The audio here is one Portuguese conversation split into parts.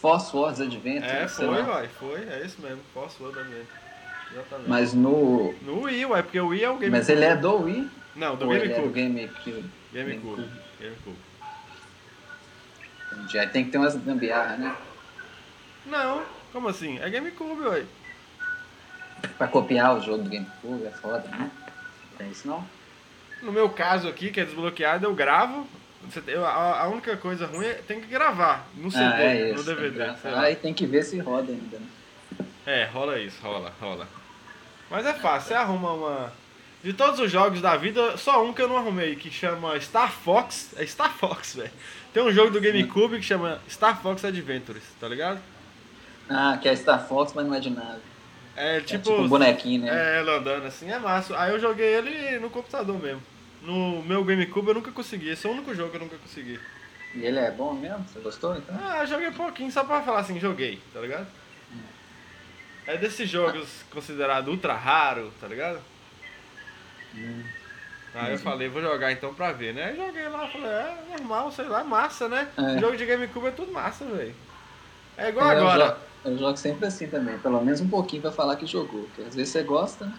Force Wars Adventure. É, sei foi, lá. uai, foi. É isso mesmo, Force World Adventure. Exatamente. Mas no. No Wii, ué, porque o Wii é o GameCube. Mas ele é do Wii? Não, do ou ele é do GameCube. GameCube? GameCube. GameCube. GameCube. Entendi. Aí tem que ter umas gambiarra, né? Não, como assim? É GameCube, ué. Pra copiar o jogo do GameCube é foda, né? Tem isso não? No meu caso aqui, que é desbloqueado, eu gravo. Você tem- eu- a, a única coisa ruim é tem que gravar no CD, ah, é isso. no DVD. sei lá. Aí tem que ver se roda ainda. né? É, rola isso, rola, rola. Mas é fácil, você arruma uma. De todos os jogos da vida, só um que eu não arrumei, que chama Star Fox. É Star Fox, velho. Tem um jogo do GameCube que chama Star Fox Adventures, tá ligado? Ah, que é Star Fox, mas não é de nave. Tipo, é É tipo. tipo um bonequinho, né? É, ela andando assim, é massa. Aí eu joguei ele no computador mesmo. No meu GameCube eu nunca consegui, esse é o único jogo que eu nunca consegui. E ele é bom mesmo? Você gostou então? Ah, eu joguei pouquinho só pra falar assim, joguei, tá ligado? É desses jogos considerado ultra raro, tá ligado? Aí eu falei, vou jogar então pra ver, né? Aí joguei lá, falei, é normal, sei lá, massa, né? É. Jogo de GameCube é tudo massa, velho. É igual eu, agora. jogo, eu jogo sempre assim também, pelo menos um pouquinho pra falar que jogou. Porque às vezes você gosta, né?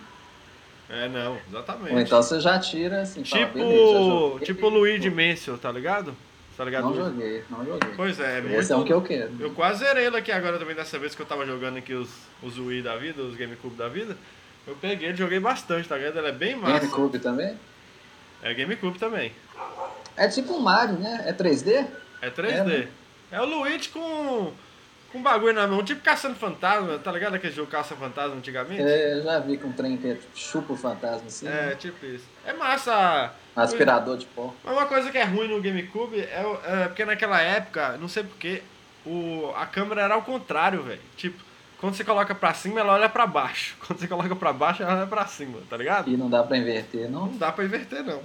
É, não, Ou exatamente. então você já tira assim, fala, tipo, beleza, joguei. tipo Luigi Mansion, tá ligado? Tá ligado? Não Luigi? joguei, não joguei. Pois é, é muito... Esse é o que eu quero. Eu quase zerei ele aqui agora também, dessa vez que eu tava jogando aqui os, os Wii da vida, os GameCube da vida. Eu peguei ele, joguei bastante, tá ligado? Ele é bem massa. GameCube também? É GameCube também. É tipo um Mario, né? É 3D? É 3D. né? É, o Luigi com, com bagulho na mão, tipo caçando fantasma, tá ligado? Aquele jogo caça fantasma antigamente? É, eu já vi com um trem que é- chupa o fantasma assim. É, né? tipo isso. É massa. Aspirador de pó. Mas uma coisa que é ruim no GameCube é, o- é porque naquela época, não sei porquê, o, a câmera era ao contrário, velho. Tipo, quando você coloca pra cima, ela olha pra baixo. Quando você coloca pra baixo, ela olha pra cima, tá ligado? E não dá pra inverter, não? Não dá pra inverter, não.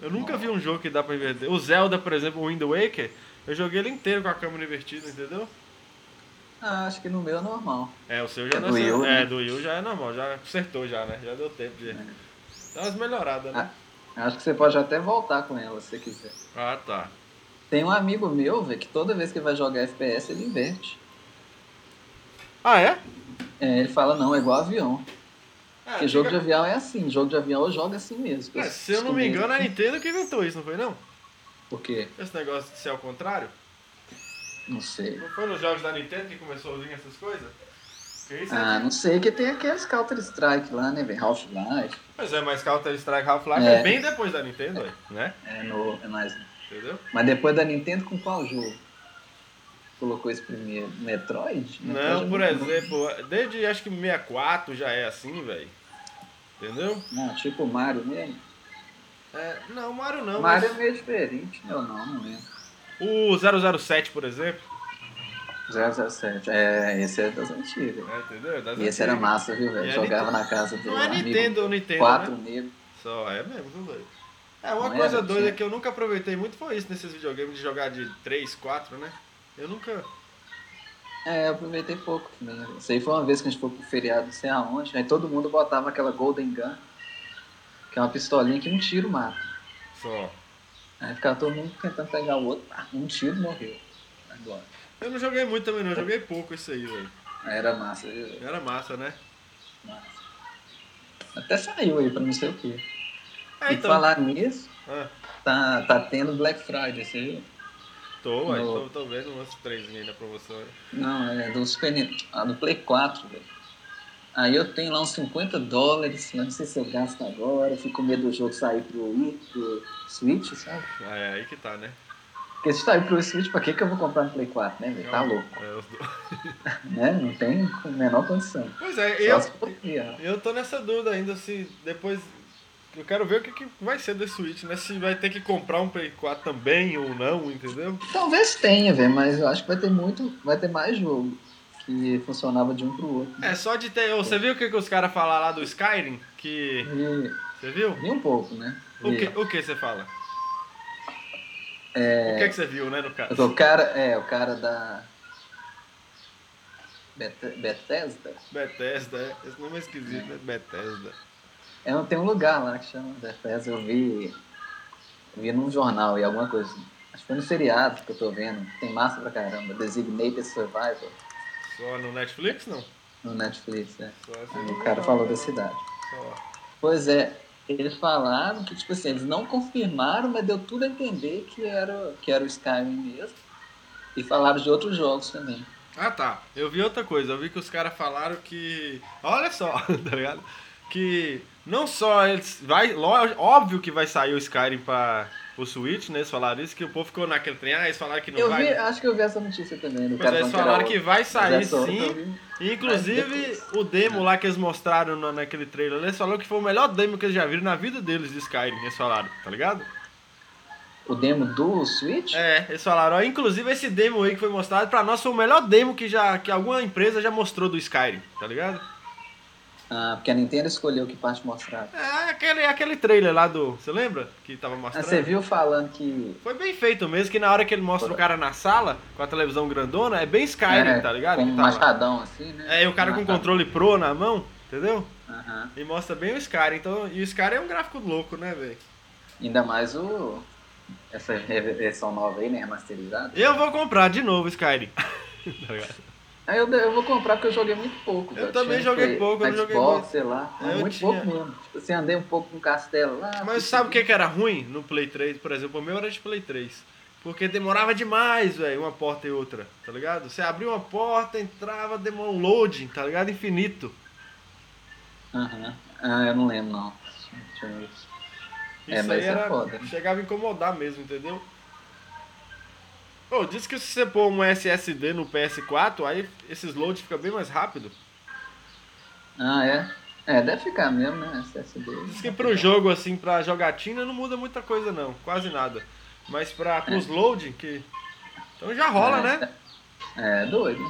Eu nunca vi um jogo que dá pra inverter. O Zelda, por exemplo, o Wind Waker, eu joguei ele inteiro com a câmera invertida, entendeu? Ah, acho que no meu é normal. É, o seu já É não do é, Wii U, é, né? do Wii U já é normal, já acertou já, né? Já deu tempo de. Dá umas melhoradas, né? Acho que você pode até voltar com ela se você quiser. Ah, tá. Tem um amigo meu, velho, que toda vez que vai jogar FPS ele inverte. Ah, é? É, ele fala, não, é igual avião. Ah, Porque jogo de avião é assim, jogo de avião joga assim mesmo. É, se eu não me engano, a Nintendo que inventou isso, não foi não? Porque, Esse negócio de ser ao contrário? não sei. Não foi nos jogos da Nintendo que começou a vir essas coisas? Que isso? Ah, é... não sei, que tem aqueles Counter-Strike lá, né, velho? Half-Life, Pois é, mas Counter-Strike Half-Life é. É. bem depois da Nintendo, ué, né? é, no, é mais... Entendeu? Mas depois da Nintendo, com qual jogo? Colocou esse primeiro? Metroid? Metroid Não, por é muito bom. exemplo, desde acho que 64 já é assim, velho. Entendeu? Não, tipo Mario mesmo. É, não, Mario não. Mario é meio diferente. Eu não, não lembro. Mas o 007, por exemplo. 007. É, esse é das antigas. É, entendeu? Das E esse era antigas. massa, viu, velho? E a Jogava na casa do Não é amigo. Nintendo, Nintendo, quatro né? negros. Só é mesmo, viu, velho? É, uma Não coisa era, doida tinha. que eu nunca aproveitei muito foi isso nesses videogames de jogar de 3, 4, né? Eu nunca. É, eu aproveitei pouco também. né? Isso aí foi uma vez que a gente foi pro feriado, não sei aonde. Aí todo mundo botava aquela Golden Gun, que é uma pistolinha que um tiro mata. Só. Aí ficava todo mundo tentando pegar o outro, pá, um tiro morreu. Agora. Eu não joguei muito também, não. Eu joguei pouco isso aí, velho. Aí Era massa, viu? velho? Era massa, né? Massa. Até saiu aí pra não sei o quê. É, e então. falar nisso, Ah, tá, tá tendo Black Friday, você viu? tô, ué. No- Tô, tô vendo umas 3 mil na promoção. né? Não, é do Super Nintendo, ah, do Play 4, velho. Aí eu tenho lá uns 50 dólares, mas não sei se eu gasto agora, eu fico com medo do jogo sair pro Wii, pro Switch, sabe? Ah, é aí que tá, né? Porque se sair pro Switch, pra que que eu vou comprar no Play 4, né, velho? Tá É, louco, é, os dois. né? Não tem a menor condição. Pois é, Só eu, se for aqui, ó. eu tô nessa dúvida ainda se depois. Eu quero ver o que, que vai ser da Switch, né? Se vai ter que comprar um Play 4 também ou não, entendeu? Talvez tenha, velho, mas eu acho que vai ter muito, vai ter mais jogo que funcionava de um pro outro. É, só de ter. Você viu o que, que os caras falaram lá do Skyrim? Que. E, Você viu? e um pouco, né? O E- que, o que você fala? O que, é que você viu, né, no caso? O cara, é, o cara da Beth- Bethesda? Bethesda, é. esse nome é esquisito, né? Bethesda. É, não, tem um lugar lá que chama Bethesda, eu vi, eu vi num jornal e alguma coisa assim. Acho que foi no seriado que eu tô vendo. Tem massa pra caramba. Designated Survivor Só no Netflix, não? no Netflix, né? Só essa Aí não o cara dá, falou né? da cidade. Só. Pois é, eles falaram que, tipo assim, eles não confirmaram, mas deu tudo a entender que era, que era o Skyrim mesmo. E falaram de outros jogos também. Ah, tá. Eu vi outra coisa. Eu vi que os caras falaram que... Olha só, tá ligado? Que não só eles... Vai... lo- Óbvio que vai sair o Skyrim pra... O Switch, né? Eles falaram isso, que o povo ficou naquele trem. Ah, eles falaram que não eu vai... vi, acho que eu vi essa notícia também do Mas cara eles falando que era falaram outro. que vai Mas é sair essa outra sim. eu vi. Inclusive, depois. o demo lá que eles mostraram na- naquele trailer, eles falaram que foi o melhor demo que eles já viram na vida deles de Skyrim, eles falaram, tá ligado? O demo do Switch? É, eles falaram, ó, inclusive esse demo aí que foi mostrado, pra nós foi o melhor demo que, já, que alguma empresa já mostrou do Skyrim, tá ligado? Ah, porque a Nintendo escolheu que parte mostrar. É, aquele, aquele trailer lá do... Você lembra? Que tava Ah, mostrando. você viu falando que. Foi bem feito mesmo, que na hora que ele mostra o cara na sala, com a televisão grandona, é bem Skyrim, é, tá ligado? Com Que um tá lá. machadão assim, né? É, e o cara com Machado. controle pro na mão, entendeu? Aham. E mostra bem o Skyrim, então... E o Skyrim é um gráfico louco, né, velho? Ainda mais o. Essa versão nova aí, né? Remasterizada. Eu vou comprar de novo Skyrim. Tá ligado? Ah, eu, eu vou comprar porque eu joguei muito pouco. Eu velho. também Tinha joguei Play- pouco, eu não Xbox, joguei muito. sei lá. Eu Mas muito tinha. pouco mesmo. Tipo, assim, andei um pouco no castelo lá. Mas sabe o que, que era ruim no Play 3? Por exemplo, o meu era de Play 3. Porque demorava demais, velho, uma porta e outra, tá ligado? Você abria uma porta, entrava, demorava um loading, tá ligado? Infinito. Aham. Ah, eu não lembro, não. Deixa eu ver. É, mas aí isso é foda. Chegava a incomodar mesmo, entendeu? Pô, diz que se você pôr um SSD no PS4, aí esses loads ficam bem mais rápido. Ah, é? É, deve ficar mesmo, né? SSD. Diz que pro jogo, assim, pra jogatina, não muda muita coisa, não. Quase nada. Mas pra, pros loading, que. Então já rola, É, né? É, doido.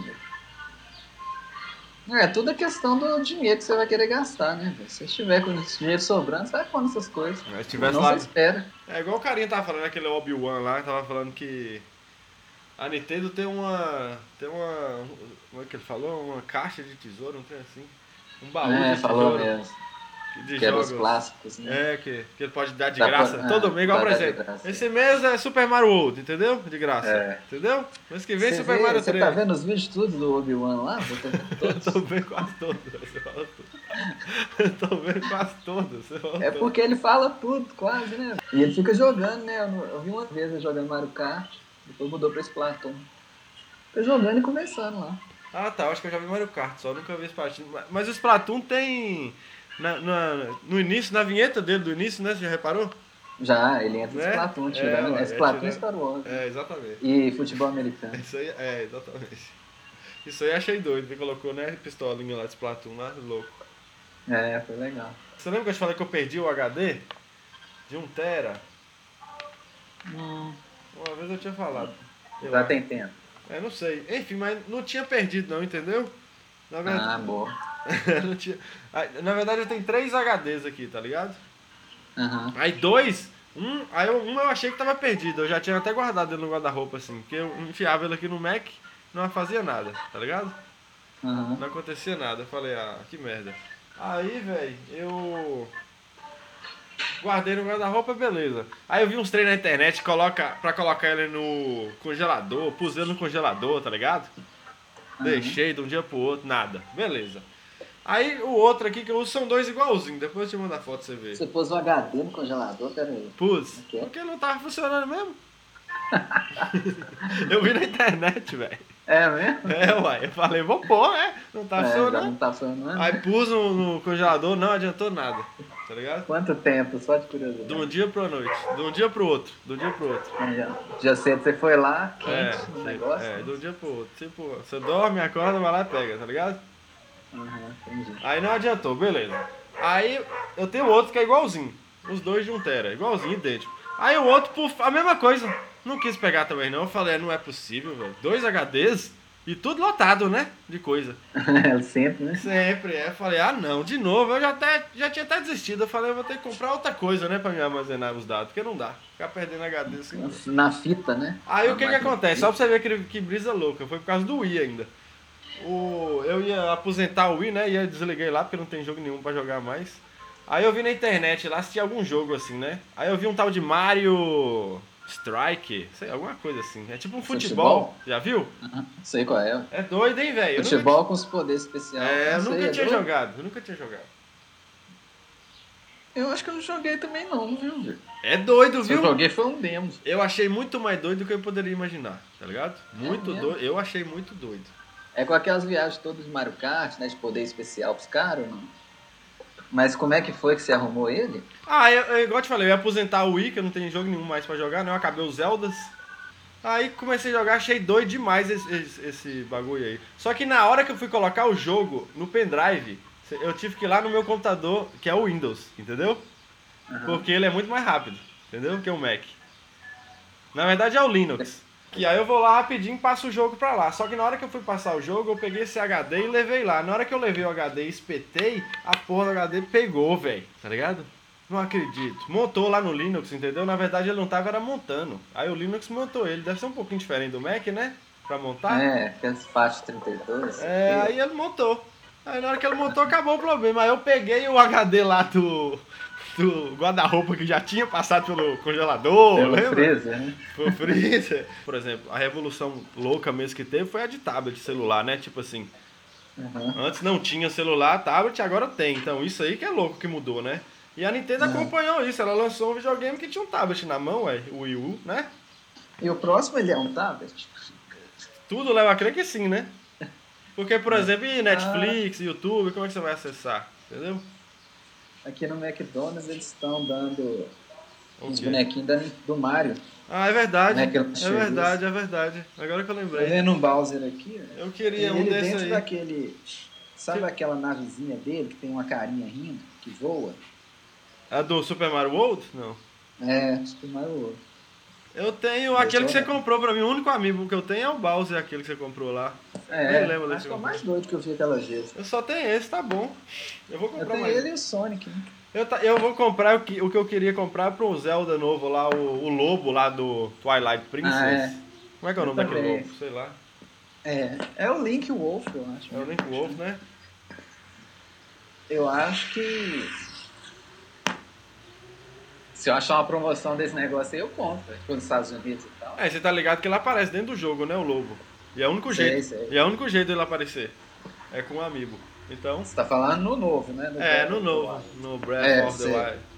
né? É, tudo é questão do dinheiro que você vai querer gastar, né? velho? Se você estiver com esse dinheiro sobrando, você vai pondo essas coisas. Se Não se espera. É igual o carinha tava falando, aquele Obi-Wan lá, tava falando que. A Nintendo tem uma. Tem uma. Como é que ele falou? Uma caixa de tesouro, não tem assim? Um baú é, de falou tesouro. mesmo. De Que é era os jogos. clássicos, né? É, que, que ele pode dar de Dá graça pra- todo ah, mês, igual por pode dar de exemplo. graça. Esse mês é Super Mario World, entendeu? De graça. É. Entendeu? Mês que vem Você Super vê- Mario Você 3. tá vendo os vídeos tudo do Obi-Wan lá? Você tá vendo Eu todos? tô vendo quase todas. você fala tudo. Eu tô vendo quase todas. você fala É tudo. porque ele fala tudo, quase, né? E ele fica jogando, né? Eu, não- eu vi uma vez ele jogando Mario Kart, depois mudou pra Splatoon. Fica jogando e conversando lá. Ah tá, eu acho que eu já vi Mario Kart, só nunca vi Splatoon. Mas- Mas o Splatoon tem. na- na- no início, na vinheta dele do início, né? Você já reparou? Já, ele entra em Né? Splatoon, É, tirando. ué, É, é Splatoon e tirando. Star Wars. É, exatamente. E futebol americano. Isso aí, é, exatamente. Isso aí eu achei doido, ele colocou, né? Pistolinha lá de Splatoon lá, louco. É, foi legal. Você lembra que eu te falei que eu perdi o HD? De 1 Tera? Hum, Uma vez eu tinha falado. Eu já acho. tem tempo. É, não sei. Enfim, mas não tinha perdido não, entendeu? Na verdade, Ah, boa. não tinha... Ah, Na verdade eu tenho três HDs aqui, tá ligado? Aham. Aí dois, um, aí eu- um eu achei que tava perdido, eu já tinha até guardado ele no guarda-roupa, assim, porque eu enfiava ele aqui no Mac, não fazia nada, tá ligado? Aham. Não acontecia nada, eu falei, ah, que merda. Aí, velho, eu guardei no guarda-roupa, beleza. Aí eu vi uns treinos na internet coloca, pra colocar ele no congelador, pus ele no congelador, tá ligado? Uhum. Deixei de um dia pro outro, nada, beleza. Aí o outro aqui que eu uso são dois igualzinhos, depois eu te mando a foto pra você ver. Você tá pôs o HD no congelador, peraí. Putz, Ok. porque não tava funcionando mesmo. eu vi na internet, velho. É mesmo? É, uai, eu falei, vou pôr, né? Não tá é, já funcionando. não tá funcionando. Aí pus no, no congelador, não adiantou nada, tá ligado? Quanto tempo? Só de De curiosidade. Então um dia pra noite, de um dia pro outro, de um dia pro outro. Já, já cedo você foi lá, quente É, no sim, negócio. é, de um dia pro outro. Tipo, você dorme, acorda, vai lá e pega, tá ligado? Aham, entendi. Aí não adiantou, beleza. Aí eu tenho outro que é igualzinho. Os dois de um tera, igualzinho, idêntico. Aí o outro, puf, a mesma coisa. Não quis pegar também não, eu falei, não é possível, velho. Dois HDs e tudo lotado, né? De coisa. É, sempre, né? Sempre, é. Eu falei, ah não, de novo. Eu já, até, já tinha até desistido. Eu falei, eu vou ter que comprar outra coisa, né? Pra me armazenar os dados, porque não dá. Ficar perdendo HD assim. Na fita, né? Aí Na o que que máquina. acontece? Só pra você ver que, que brisa louca, foi por causa do Wii ainda. O, eu ia aposentar o Wii, né? E eu desliguei lá porque não tem jogo nenhum pra jogar mais. Aí eu vi na internet lá se tinha algum jogo assim, né? Aí eu vi um tal de Mario Strike, sei, alguma coisa assim. É tipo um futebol, Futebol? já viu? Aham, Sei qual é. É doido, hein, velho? Eu nunca- Futebol com os poderes especiais. É, eu não sei, nunca é tinha doido. jogado, eu nunca tinha jogado. Eu acho que eu não joguei também não, viu? Gil? É doido, Se eu viu? joguei foi um demo. Eu achei muito mais doido do que eu poderia imaginar, tá ligado? Muito mesmo? doido, eu achei muito doido. É com aquelas viagens todas de Mario Kart, né? De poder especial pros caras, não? Mas como é que foi que você arrumou ele? Ah, eu, eu- igual eu te falei, eu ia aposentar o Wii, que eu não tenho jogo nenhum mais pra jogar, né? Eu acabei os Zeldas. Aí comecei a jogar, achei doido demais esse, esse, esse bagulho aí. Só que na hora que eu fui colocar o jogo no pendrive, eu tive que ir lá no meu computador, que é o Windows, entendeu? Porque ele é muito mais rápido, entendeu? Que o Mac. Na verdade é o Linux. E aí eu vou lá rapidinho e passo o jogo pra lá. Só que na hora que eu fui passar o jogo, eu peguei esse HD e levei lá. Na hora que eu levei o HD e espetei, a porra do HD pegou, velho. Tá ligado? Não acredito. Montou lá no Linux, entendeu? Na verdade ele não tava, era montando. Aí o Linux montou ele. Deve ser um pouquinho diferente do Mac, né? Pra montar. É, aquelas faixas 32. É, aí ele montou. Aí na hora que ele montou, acabou o problema. Aí eu peguei o HD lá do, do guarda-roupa que já tinha passado pelo congelador, Pelo lembra? freezer, né? Pro freezer. Por exemplo, a revolução louca mesmo que teve foi a de tablet celular, né? Tipo assim, Aham. antes não tinha celular, tablet, agora tem. Então isso aí que é louco que mudou, né? E a Nintendo É. acompanhou isso, ela lançou um videogame que tinha um tablet na mão, ué, o Wii U, né? E o próximo ele é um tablet? Tudo leva a crer que sim, né? Porque, É. por exemplo, e Netflix, Ah. YouTube, como é que você vai acessar? Entendeu? Aqui no McDonald's eles estão dando uns Ok. bonequinhos da- do Mario. Ah, é verdade. Né, que eu é achei verdade, é verdade. Agora que eu Tá lembrei. vendo um Bowser aqui? né? Eu E queria um ele desse dentro aí. daquele. Sabe aquela navezinha dele que tem uma carinha rindo, que voa? A do Super Mario World? Não. É, acho que o Mario World. Eu tenho Eu aquele que tenho. você comprou pra mim. O único amigo que eu tenho é o Bowser, aquele que você comprou lá. É, Nem lembro desse acho que é o jogo. mais doido que eu vi aquela vez. Eu só tenho esse, tá bom. Eu vou Eu comprar tenho mais. ele e o Sonic. né? Eu, ta- eu vou comprar o que, o que eu queria comprar pro Zelda novo lá, o, o lobo lá do Twilight Princess. Ah, é. Como é que é o Eu nome daquele também. lobo? Sei lá. É, é o Link Wolf, eu acho. É o Link Wolf, né? Eu acho que. Se eu achar uma promoção desse negócio aí, eu compro. Tipo, nos Estados Unidos e tal. É, você tá ligado que ele aparece dentro do jogo, né? O lobo. E é o único Sei, jeito. sei. E é o único jeito dele aparecer. É com o amigo. Então. Você tá falando no novo, né? No É, Breath no of the novo, Wild. no Breath É, of the sei. Wild.